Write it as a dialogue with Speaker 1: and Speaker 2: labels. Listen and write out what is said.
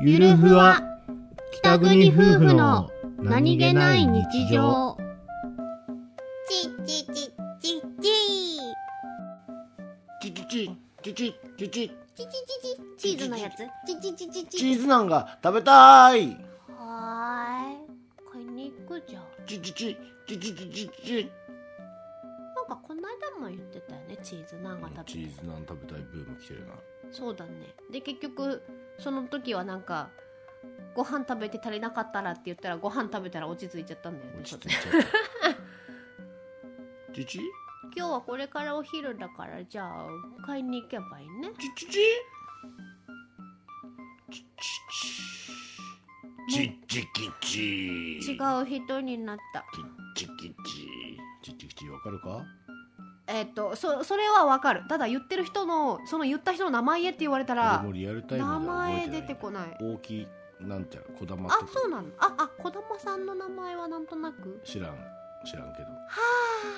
Speaker 1: ゆるふわ北国夫婦の何気ない日常
Speaker 2: ちちちちち
Speaker 3: チチチチチチチ
Speaker 2: チチチチチーズのやつチチチチチ
Speaker 3: チーズナンが食べたい
Speaker 2: はーい買いに行くじゃん
Speaker 3: チチチチチチチチ
Speaker 2: なんかこの間も言ってたよねチーズなんか食
Speaker 4: チ
Speaker 2: べ
Speaker 4: ーズナン食べたいブーム来てるな
Speaker 2: そうだねで結局その時はなんかご飯食べて足りなかったらって言ったらご飯食べたら落ち着いちゃったんだよね
Speaker 4: 落ち着いちゃった
Speaker 3: チチ
Speaker 2: 今日はこれからお昼だからじゃあ買いに行けばいいね
Speaker 3: チチチチ
Speaker 4: チッチキチ
Speaker 2: 違う人になった
Speaker 4: キッチキチ
Speaker 3: チチチチチわかるか
Speaker 2: えっ、とそそれはわかるただ言ってる人のその言った人の名前言えって言われた
Speaker 3: 俺
Speaker 2: ら
Speaker 3: もリアルタイム
Speaker 2: 名
Speaker 3: では覚え
Speaker 2: 前
Speaker 3: てない
Speaker 2: 出てこない
Speaker 3: 大きいなんちゃらこだま
Speaker 2: あ
Speaker 3: とか
Speaker 2: そうなのああ児玉さんの名前はなんとなく
Speaker 3: 知らん知らんけど
Speaker 2: はあ